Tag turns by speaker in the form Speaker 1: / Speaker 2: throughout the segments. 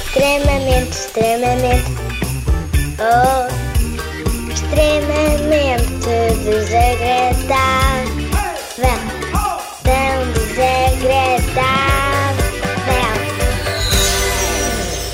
Speaker 1: extremamente, extremamente, oh, extremamente desagradável, tão desagradável.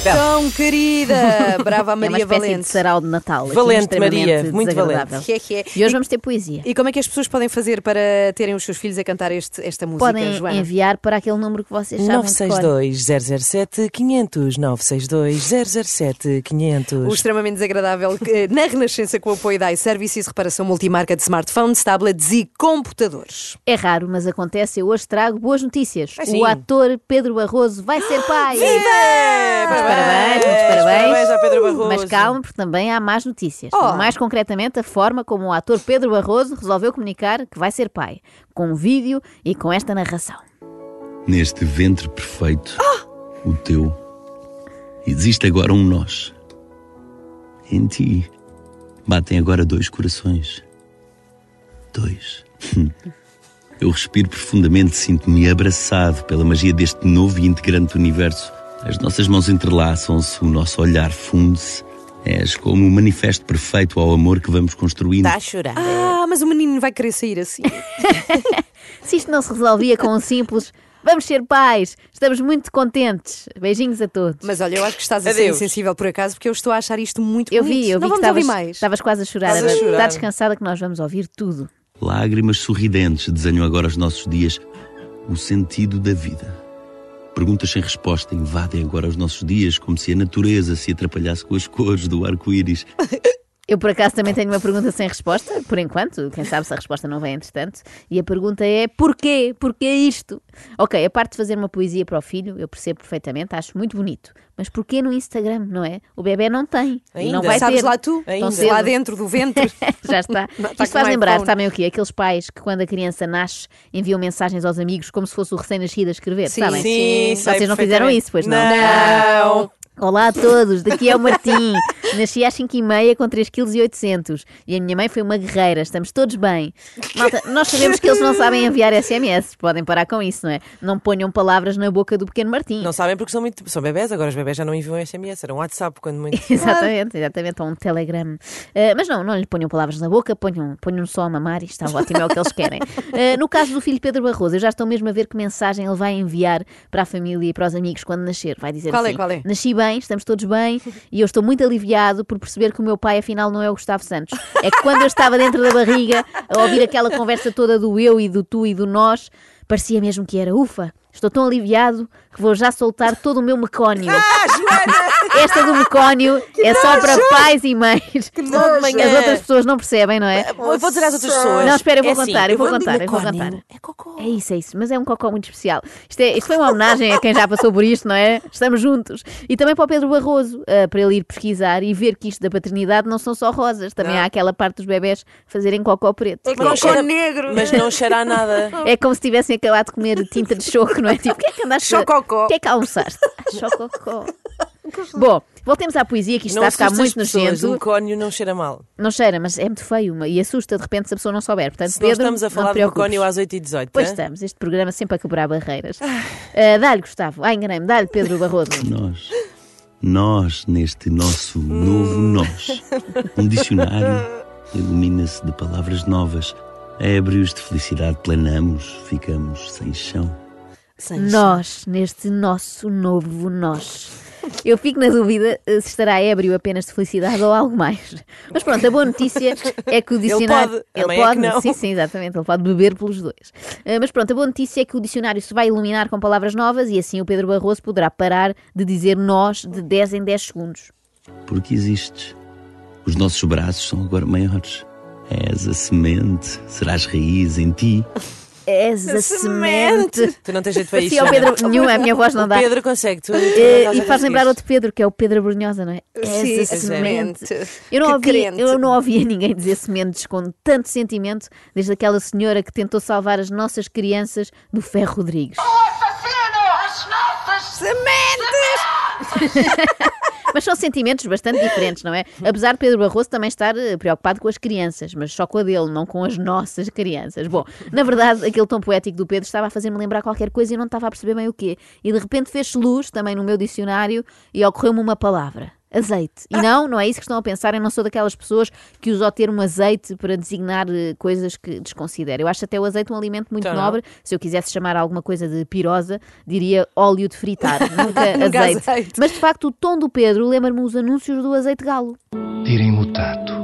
Speaker 2: Tão querida! Brava a
Speaker 3: é uma
Speaker 2: Maria
Speaker 3: espécie de
Speaker 2: Valente.
Speaker 3: sarau de Natal. aquilo
Speaker 4: Valente,
Speaker 3: extremamente
Speaker 4: Maria, muito
Speaker 3: desagradável.
Speaker 2: Que é que é?
Speaker 3: E hoje
Speaker 2: E-
Speaker 3: vamos ter poesia.
Speaker 2: E como é que as pessoas podem fazer para terem os seus filhos a cantar este- esta música,
Speaker 3: Podem
Speaker 2: Joana?
Speaker 3: enviar para aquele número que vocês sabem de cor.
Speaker 4: 962 007 500 962 007
Speaker 2: O
Speaker 4: 500
Speaker 2: extremamente desagradável que, eh, na Renascença com o apoio da iServices, reparação multimarca de smartphones, tablets e computadores.
Speaker 3: É raro, mas acontece. Eu hoje trago boas notícias.
Speaker 4: Ah, sim.
Speaker 3: o ator Pedro Barroso vai ser pai. Muitos
Speaker 4: Parabéns,
Speaker 3: parabéns, muitos parabéns.
Speaker 4: parabéns ao Pedro Barroso.
Speaker 3: Mas calma, porque também há más notícias.
Speaker 2: Oh.
Speaker 3: Mais concretamente, a forma como o ator Pedro Barroso resolveu comunicar que vai ser pai. Com um vídeo e com esta narração.
Speaker 5: Neste ventre perfeito, o teu, existe agora um nós. Em ti batem agora dois corações. Dois. Eu respiro profundamente, sinto-me abraçado pela magia deste novo e integrante universo. As nossas mãos entrelaçam-se, o nosso olhar funde-se. És como o manifesto perfeito ao amor que vamos construindo.
Speaker 4: Está a chorar.
Speaker 2: Ah, mas o menino vai querer sair assim.
Speaker 3: Se isto não se resolvia com um simples vamos ser pais, estamos muito contentes. Beijinhos a todos.
Speaker 2: Mas olha, eu acho que estás a ser
Speaker 4: Adeus.
Speaker 2: insensível por acaso, porque eu estou a achar isto muito
Speaker 3: Eu
Speaker 2: bonito.
Speaker 3: vi, eu vi
Speaker 2: Não
Speaker 3: que
Speaker 2: vamos ouvir
Speaker 3: estavas,
Speaker 2: mais.
Speaker 3: estavas quase a chorar.
Speaker 4: Estás a
Speaker 3: Ana.
Speaker 4: chorar.
Speaker 3: Está descansada que nós vamos ouvir tudo.
Speaker 5: Lágrimas sorridentes desenham agora os nossos dias. O sentido da vida. Perguntas sem resposta invadem agora os nossos dias, como se a natureza se atrapalhasse com as cores do arco-íris.
Speaker 3: Eu, por acaso, também tenho uma pergunta sem resposta, por enquanto. Quem sabe se a resposta não vem entretanto. E a pergunta é: porquê? Porquê isto? Ok, a parte de fazer uma poesia para o filho, eu percebo perfeitamente, acho muito bonito. Mas porquê no Instagram, não é? O bebê não tem. e
Speaker 4: Ainda.
Speaker 3: não vai
Speaker 2: Sabes
Speaker 3: ter.
Speaker 2: lá tu?
Speaker 4: Ainda.
Speaker 3: cedo.
Speaker 2: Lá dentro do ventre.
Speaker 3: Já está.
Speaker 2: Não, tá
Speaker 3: Isto
Speaker 2: com
Speaker 3: faz
Speaker 2: um
Speaker 3: lembrar,
Speaker 2: iPhone.
Speaker 3: sabem o quê? Aqueles pais que, quando a criança nasce, enviam mensagens aos amigos como se fosse o recém-nascido a escrever,
Speaker 2: Sim,
Speaker 3: sabem?
Speaker 4: Sim, sei
Speaker 3: Vocês não fizeram
Speaker 4: perfeitamente.
Speaker 3: isso, pois não?
Speaker 4: Não.
Speaker 3: Olá a todos, daqui é o Martim. Nasci às 5h30 com 3,8 kg e a minha mãe foi uma guerreira, estamos todos bem. Malta, nós sabemos que eles não sabem enviar SMS, podem parar com isso, não é? Não ponham palavras na boca do pequeno Martim.
Speaker 4: Não sabem porque são muito. São bebés, agora os bebés já não enviam SMS, era um WhatsApp quando muito.
Speaker 3: Exatamente, exatamente, ou um telegram. Eh, mas não, não lhe ponham palavras na boca, ponham, ponham só a mamar e está ótimo, é o que eles querem. Eh, no caso do filho Pedro Barroso, eu já estou mesmo a ver que mensagem ele vai enviar para a família e para os amigos quando nascer. Vai dizer
Speaker 2: Qual é,
Speaker 3: assim:
Speaker 2: qual é?
Speaker 3: Nasci bem, estamos todos bem e eu estou muito aliviado por perceber que o meu pai afinal não é o Gustavo Santos. É que quando eu estava dentro da barriga a ouvir aquela conversa toda do eu e do tu e do nós, parecia mesmo que era ufa. Estou tão aliviado que vou já soltar todo o meu mecónio. Esta do mecónio é só para pais e mães. As outras pessoas não percebem, não é?
Speaker 4: Eu vou dizer às outras pessoas.
Speaker 3: Não, espera, eu vou
Speaker 4: É assim,
Speaker 3: contar, eu vou
Speaker 4: quando
Speaker 3: contar,
Speaker 4: digo
Speaker 3: eu vou
Speaker 4: cónimo,
Speaker 3: contar.
Speaker 4: É cocô.
Speaker 3: É isso, é isso. Mas é um cocó muito especial. Isto, é, isto foi uma homenagem a quem já passou por isto, não é? Estamos juntos. E também para o Pedro Barroso, ah, para ele ir pesquisar e ver que isto da paternidade não são só rosas. Também há aquela parte dos bebés fazerem cocó preto.
Speaker 4: Mas não
Speaker 2: Cocô
Speaker 4: cheira-
Speaker 2: negro.
Speaker 4: Mas não cheira a nada.
Speaker 3: É como se tivessem acabado de comer tinta de choco, não é? Tipo, o que é que andaste? a-
Speaker 2: Chococó.
Speaker 3: O que é que almoçaste? Ah, Chococó. Bom, voltemos à poesia, que isto
Speaker 4: não
Speaker 3: está a ficar
Speaker 4: assusta
Speaker 3: muito
Speaker 4: as pessoas,
Speaker 3: nojento.
Speaker 4: Um cónio não cheira mal.
Speaker 3: Não cheira, mas é muito feio uma- e assusta de repente se a pessoa não souber. Portanto,
Speaker 4: Se
Speaker 3: Pedro,
Speaker 4: nós estamos a
Speaker 3: não te
Speaker 4: falar do
Speaker 3: preocupes.
Speaker 4: cónio às 8h18.
Speaker 3: Pois tá. estamos, este programa sempre a quebrar barreiras. Ah, dá-lhe, Gustavo. Ah, enganei-me. Dá-lhe, Pedro Barroso.
Speaker 5: Nós. Nós, neste nosso novo nós. Um dicionário ilumina-se de palavras novas. Ébrios de felicidade planamos, ficamos sem chão.
Speaker 3: nós, neste nosso novo nós. Eu fico na dúvida eh, se estará ébrio apenas de felicidade ou algo mais. Mas pronto, a boa notícia é que o dicionário.
Speaker 4: pode, a mãe é que não.
Speaker 3: sim, sim, exatamente, ele pode beber pelos dois. Eh, Mas pronto, a boa notícia é que o dicionário se vai iluminar com palavras novas e assim o Pedro Barroso poderá parar de dizer nós de 10 em 10 segundos.
Speaker 5: porque existes. Os nossos braços são agora maiores. És a semente, serás raiz em ti.
Speaker 3: És a semente.
Speaker 4: Tu não tens jeito para
Speaker 3: Assim
Speaker 4: isso.
Speaker 3: ao
Speaker 4: Ana.
Speaker 3: Pedro, nenhuma, a minha voz não
Speaker 4: O
Speaker 3: dá.
Speaker 4: Pedro consegue. Tu, tu não
Speaker 3: Eh,
Speaker 4: estás
Speaker 3: e
Speaker 4: a
Speaker 3: faz lembrar
Speaker 4: conseguir.
Speaker 3: outro Pedro, que é o Pedro Brunhosa, não é?
Speaker 2: Sim,
Speaker 3: És a
Speaker 2: semente.
Speaker 3: semente. Eu não,
Speaker 2: Que
Speaker 3: ouvi,
Speaker 2: crente.
Speaker 3: eu não ouvia ninguém dizer sementes com tanto sentimento desde aquela senhora que tentou salvar as nossas crianças do Ferro Rodrigues.
Speaker 6: assassino! As nossas
Speaker 2: Semente!
Speaker 3: Mas Mas são sentimentos bastante diferentes, não é? Apesar de Pedro Barroso também estar eh, preocupado com as crianças, mas só com a dele, não com as nossas crianças. Bom, na verdade, aquele tom poético do Pedro estava a fazer-me lembrar qualquer coisa e eu não estava a perceber bem o quê. E de repente fez-se luz também no meu dicionário e ocorreu-me uma palavra. Azeite. E não, não é isso que estão a pensar. Eu não sou daquelas pessoas que usam o termo azeite para designar eh, coisas que desconsidero. Eu acho até o azeite um alimento muito
Speaker 4: Então não.
Speaker 3: nobre. Se eu quisesse chamar alguma coisa de pirosa, diria óleo de fritar, nunca
Speaker 4: Ah,
Speaker 2: Nunca
Speaker 3: azeite.
Speaker 2: azeite.
Speaker 3: Mas de facto, o tom do Pedro lembra-me os anúncios do azeite galo.
Speaker 6: Tirem-me o tato.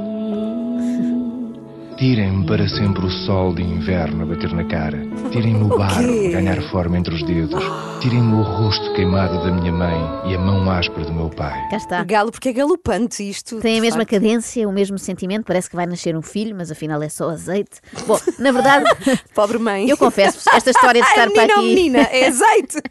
Speaker 6: Tirem-me para sempre o sol de inverno a bater na cara. Tirem-me o barro a ganhar forma entre os dedos. Tirem-me o rosto queimado da minha mãe e a mão áspera do meu pai.
Speaker 3: Cá está.
Speaker 2: Galo, porque é galopante isto.
Speaker 3: Tá. Tem
Speaker 2: de
Speaker 3: a mesma
Speaker 2: facto.
Speaker 3: cadência, o mesmo sentimento, parece que vai nascer um filho, mas afinal é só azeite. Bom, na verdade,
Speaker 2: Pobre mãe.
Speaker 3: eu confesso-vos, esta história de
Speaker 2: Ai,
Speaker 3: estar
Speaker 2: menina,
Speaker 3: para
Speaker 2: ou
Speaker 3: aqui.
Speaker 2: menina, é azeite.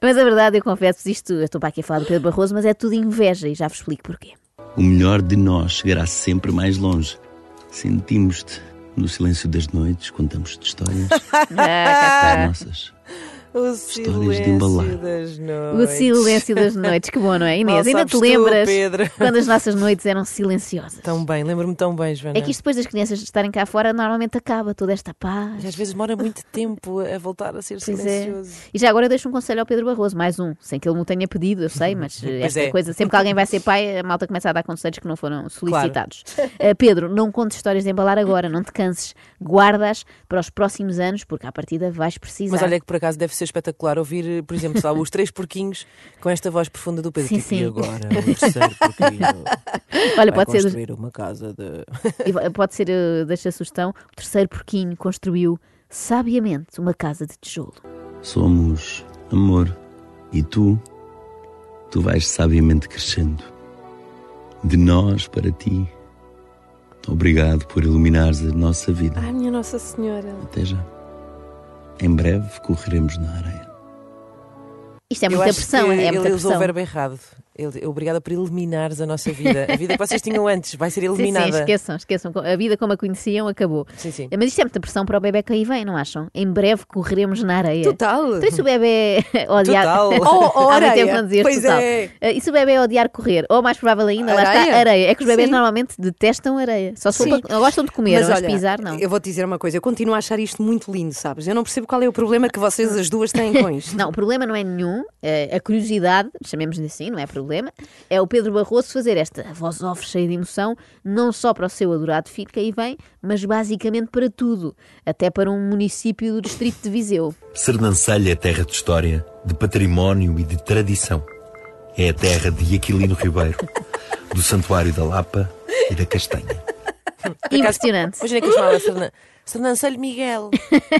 Speaker 3: Mas a verdade, eu confesso isto, eu estou para aqui a falar do Pedro Barroso, mas é tudo inveja e já vos explico porquê.
Speaker 5: O melhor de nós chegará sempre mais longe. Sentimos-te no silêncio das noites, contamos-te histórias,
Speaker 4: Ah,
Speaker 5: as nossas.
Speaker 4: O
Speaker 5: Histórias de embalar.
Speaker 4: silêncio das
Speaker 3: O
Speaker 4: noites.
Speaker 3: silêncio das noites, que bom, não é? Inês,
Speaker 4: Mal
Speaker 3: ainda te
Speaker 4: sabes tu,
Speaker 3: lembras
Speaker 4: Pedro.
Speaker 3: quando as nossas noites eram silenciosas?
Speaker 4: Tão bem, lembro-me tão bem, Joana.
Speaker 3: É que isto depois das crianças estarem cá fora, normalmente acaba toda esta paz.
Speaker 4: E às vezes demora muito tempo a voltar a ser
Speaker 3: Pois é.
Speaker 4: silencioso.
Speaker 3: E já agora eu deixo um conselho ao Pedro Barroso, mais um, sem que ele me o tenha pedido, eu sei, mas eh, esta
Speaker 4: é.
Speaker 3: coisa, sempre que alguém vai ser pai, a malta começa a dar conselhos que não foram solicitados. Eh, Pedro, não contes histórias de embalar agora, não te canses, guardas para os próximos anos, porque à partida vais precisar.
Speaker 4: Mas olha que por acaso deve ser espetacular ouvir, por exemplo, sei lá, os três porquinhos com esta voz profunda do Pedro.
Speaker 3: Sim,
Speaker 4: tipo,
Speaker 3: sim.
Speaker 4: E agora, o terceiro porquinho
Speaker 3: Olha,
Speaker 4: vai
Speaker 3: pode ser,
Speaker 4: construir uma casa de...
Speaker 3: e pode ser, eh, deixa a sugestão, o terceiro porquinho construiu sabiamente uma casa de tijolo.
Speaker 5: Somos amor. E tu, tu vais sabiamente crescendo. De nós para ti. Obrigado por iluminares a nossa vida.
Speaker 7: Ai, minha Nossa Senhora.
Speaker 5: Até já. Em breve correremos na areia.
Speaker 3: Isto é
Speaker 4: Eu
Speaker 3: muita
Speaker 4: acho
Speaker 3: pressão,
Speaker 4: que
Speaker 3: é
Speaker 4: ele
Speaker 3: muita
Speaker 4: usou o
Speaker 3: pressão.
Speaker 4: verbo errado. Ele, obrigada por eliminares a nossa vida. A vida que vocês tinham antes vai ser
Speaker 3: Sim, sim,
Speaker 4: eliminada.
Speaker 3: esqueçam, esqueçam. A vida como a conheciam acabou.
Speaker 4: Sim, sim.
Speaker 3: Mas isto é muita pressão para o bebê que aí vem, não acham? Em breve correremos na areia.
Speaker 2: Total.
Speaker 4: É.
Speaker 3: Então, e se o bebê odiar.
Speaker 4: Total.
Speaker 2: Ou, ou
Speaker 3: Há muito
Speaker 2: Oh, areia.
Speaker 3: tempo não dizias
Speaker 2: pois
Speaker 3: total.
Speaker 2: é.
Speaker 3: Eh, E se o bebê odiar correr? Ou mais provável ainda, lá
Speaker 2: Areia?
Speaker 3: está areia. É que os bebês
Speaker 2: Sim.
Speaker 3: normalmente detestam areia. Só se for
Speaker 2: Sim.
Speaker 3: para- gostam de comer, mas, de pisar, não.
Speaker 2: eu vou te dizer uma coisa, eu continuo a achar isto muito lindo, sabes? Eu não percebo qual é o problema que vocês as duas têm com isto.
Speaker 3: Não, o problema não é nenhum. Eh, A curiosidade, chamemos-lhe assim, não é problema, é o Pedro Barroso fazer esta voz off cheia de emoção, não só para o seu adorado filho que aí vem, mas basicamente para tudo. Até para um município do distrito de Viseu.
Speaker 8: Sernancelha é terra de história, de património e de tradição. É a terra de Aquilino Ribeiro, do Santuário da Lapa e da Castanha.
Speaker 3: é Impressionante.
Speaker 4: Imagina que ele chamava Sernan... Sernancelho Miguel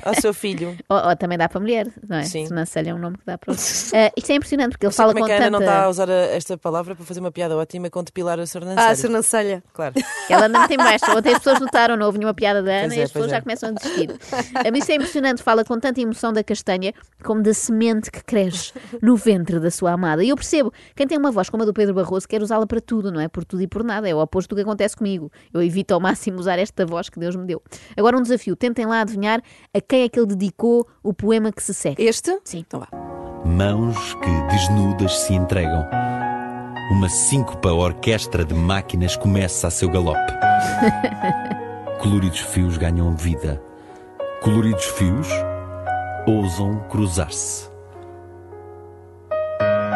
Speaker 4: ao seu filho.
Speaker 3: Ou, ou também dá para mulher, não é?
Speaker 4: Sim.
Speaker 3: Sernancelha é um nome que dá para. Eh, isto é impressionante porque ele
Speaker 4: Sei
Speaker 3: fala
Speaker 4: como é
Speaker 3: com
Speaker 4: que a Ana não está a
Speaker 3: tanta.
Speaker 4: usar a- esta palavra para fazer uma piada ótima com depilar a Sernancelho.
Speaker 2: Ah, Sernancelha.
Speaker 4: Claro.
Speaker 3: Ela não tem baixa. Ontem as pessoas notaram, não houve nenhuma piada da Ana
Speaker 4: Pois
Speaker 3: e
Speaker 4: é,
Speaker 3: as pessoas
Speaker 4: pois
Speaker 3: já
Speaker 4: é.
Speaker 3: começam a desistir. Ah, Mas isto é impressionante, fala com tanta emoção da castanha como da semente que cresce no ventre da sua amada. E eu percebo, quem tem uma voz como a do Pedro Barroso quer usá-la para tudo, não é? Por tudo e por nada. É o oposto do que acontece comigo. Eu evito ao máximo usar esta voz que Deus me deu. Agora um desafio: tentem lá adivinhar a quem é que ele dedicou o poema que se segue.
Speaker 2: Este?
Speaker 3: Sim.
Speaker 2: Então vá.
Speaker 8: Mãos que desnudas se entregam. Uma síncopa orquestra de máquinas começa a seu galope. Coloridos fios ganham vida. Coloridos fios ousam cruzar-se.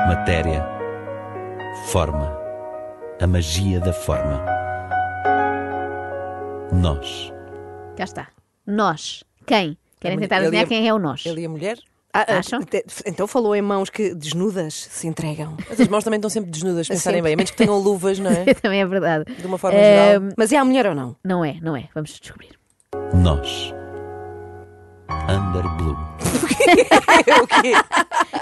Speaker 8: Matéria, forma, a magia da forma. Nós.
Speaker 3: Cá está. Nós. Quem? Querem
Speaker 4: Ele-
Speaker 3: tentar
Speaker 4: ele
Speaker 3: adivinhar
Speaker 4: ia-
Speaker 3: quem é o nós?
Speaker 4: Ele e a mulher.
Speaker 2: Ah, ah,
Speaker 3: Acham?
Speaker 2: te- Então falou em mãos que desnudas se entregam.
Speaker 4: Mas as mãos também estão sempre desnudas, pensarem
Speaker 2: Sempre.
Speaker 4: bem. A menos que tenham luvas, não é?
Speaker 3: Também é verdade.
Speaker 4: De uma forma geral.
Speaker 2: Mas é a mulher ou não?
Speaker 3: Não é, não é. Vamos descobrir.
Speaker 8: Nós. Under Blue.
Speaker 4: É o quê?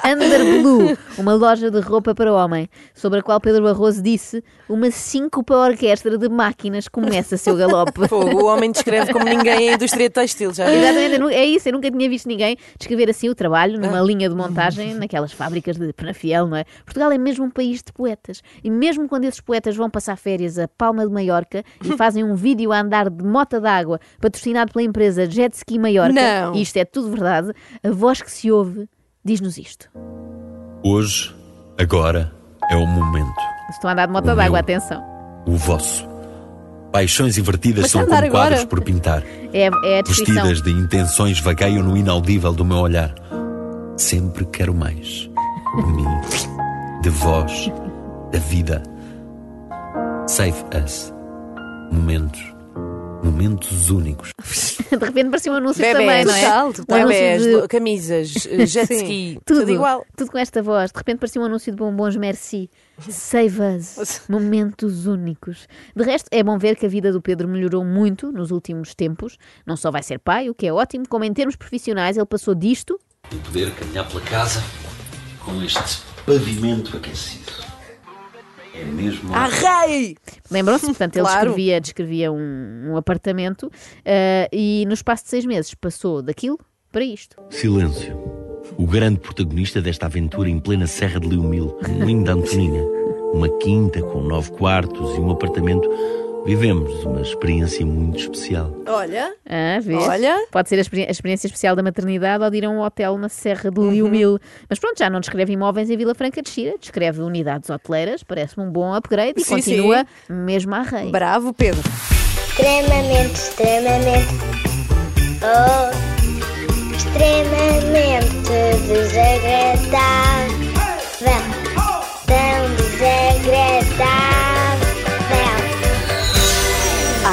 Speaker 3: Under Blue, uma loja de roupa para homem, sobre a qual Pedro Barroso disse uma síncopa orquestra de máquinas começa seu galope.
Speaker 4: Fogo, o homem descreve como ninguém a indústria têxtil, já viu?
Speaker 3: Exatamente, eu nu- é isso, eu nunca tinha visto ninguém descrever assim o trabalho numa linha de montagem naquelas fábricas de penafiel, não é? Portugal é mesmo um país de poetas. E mesmo quando esses poetas vão passar férias a Palma de Maiorca e fazem um vídeo a andar de mota d'água patrocinado pela empresa Jet Ski Maiorca,
Speaker 2: Não.
Speaker 3: e isto é tudo verdade, a voz que se ouve diz-nos isto.
Speaker 8: Hoje, agora, É o momento.
Speaker 3: Estão a andar de moto
Speaker 8: O meu.
Speaker 3: d'água, atenção.
Speaker 8: O vosso. Paixões invertidas
Speaker 2: Mas
Speaker 8: são
Speaker 2: andar
Speaker 8: como quadros
Speaker 2: agora?
Speaker 8: por pintar.
Speaker 3: É, é a descrição.
Speaker 8: Vestidas de intenções vagueiam no inaudível do meu olhar. Sempre quero mais. De mim, de vós, da vida. Save us. Momentos. Momentos únicos.
Speaker 3: De repente parecia um anúncio
Speaker 4: Bebés.
Speaker 3: também, não é?
Speaker 2: Total, total.
Speaker 3: Um anúncio
Speaker 4: Bebés,
Speaker 3: de-
Speaker 4: lo- camisas, eh, jet
Speaker 2: Sim.
Speaker 4: ski,
Speaker 3: Tudo,
Speaker 4: tudo igual.
Speaker 3: Tudo com esta voz. De repente parecia um anúncio de bombons Merci. Save us. Momentos únicos. De resto, é bom ver que a vida do Pedro melhorou muito nos últimos tempos. Não só vai ser pai, o que é ótimo, como em termos profissionais ele passou disto.
Speaker 5: E poder caminhar pela casa com este pavimento aquecido. É mesmo.
Speaker 2: Ah, Arrei!
Speaker 3: Lembram-se? Portanto, ele
Speaker 2: Claro.
Speaker 3: descrevia, descrevia um, um apartamento ah, e no espaço de seis meses passou daquilo para isto.
Speaker 5: Silêncio. O grande protagonista desta aventura em plena Serra de Leomil, no Linho da Antonina. Uma quinta com nove quartos e um apartamento. Vivemos uma experiência muito especial.
Speaker 2: Olha,
Speaker 3: Ah, vês?
Speaker 2: Olha.
Speaker 3: Pode ser a, experi- a experiência especial da maternidade ou de ir a um hotel na Serra de
Speaker 2: Uhum.
Speaker 3: Liumil. Mas pronto, já não descreve imóveis em Vila Franca de Xira, descreve unidades hoteleiras, parece-me um bom upgrade e
Speaker 2: Sim,
Speaker 3: continua mesmo à rei.
Speaker 2: bravo, Pedro.
Speaker 1: extremamente, extremamente, oh, extremamente desagradável, tão desagradável.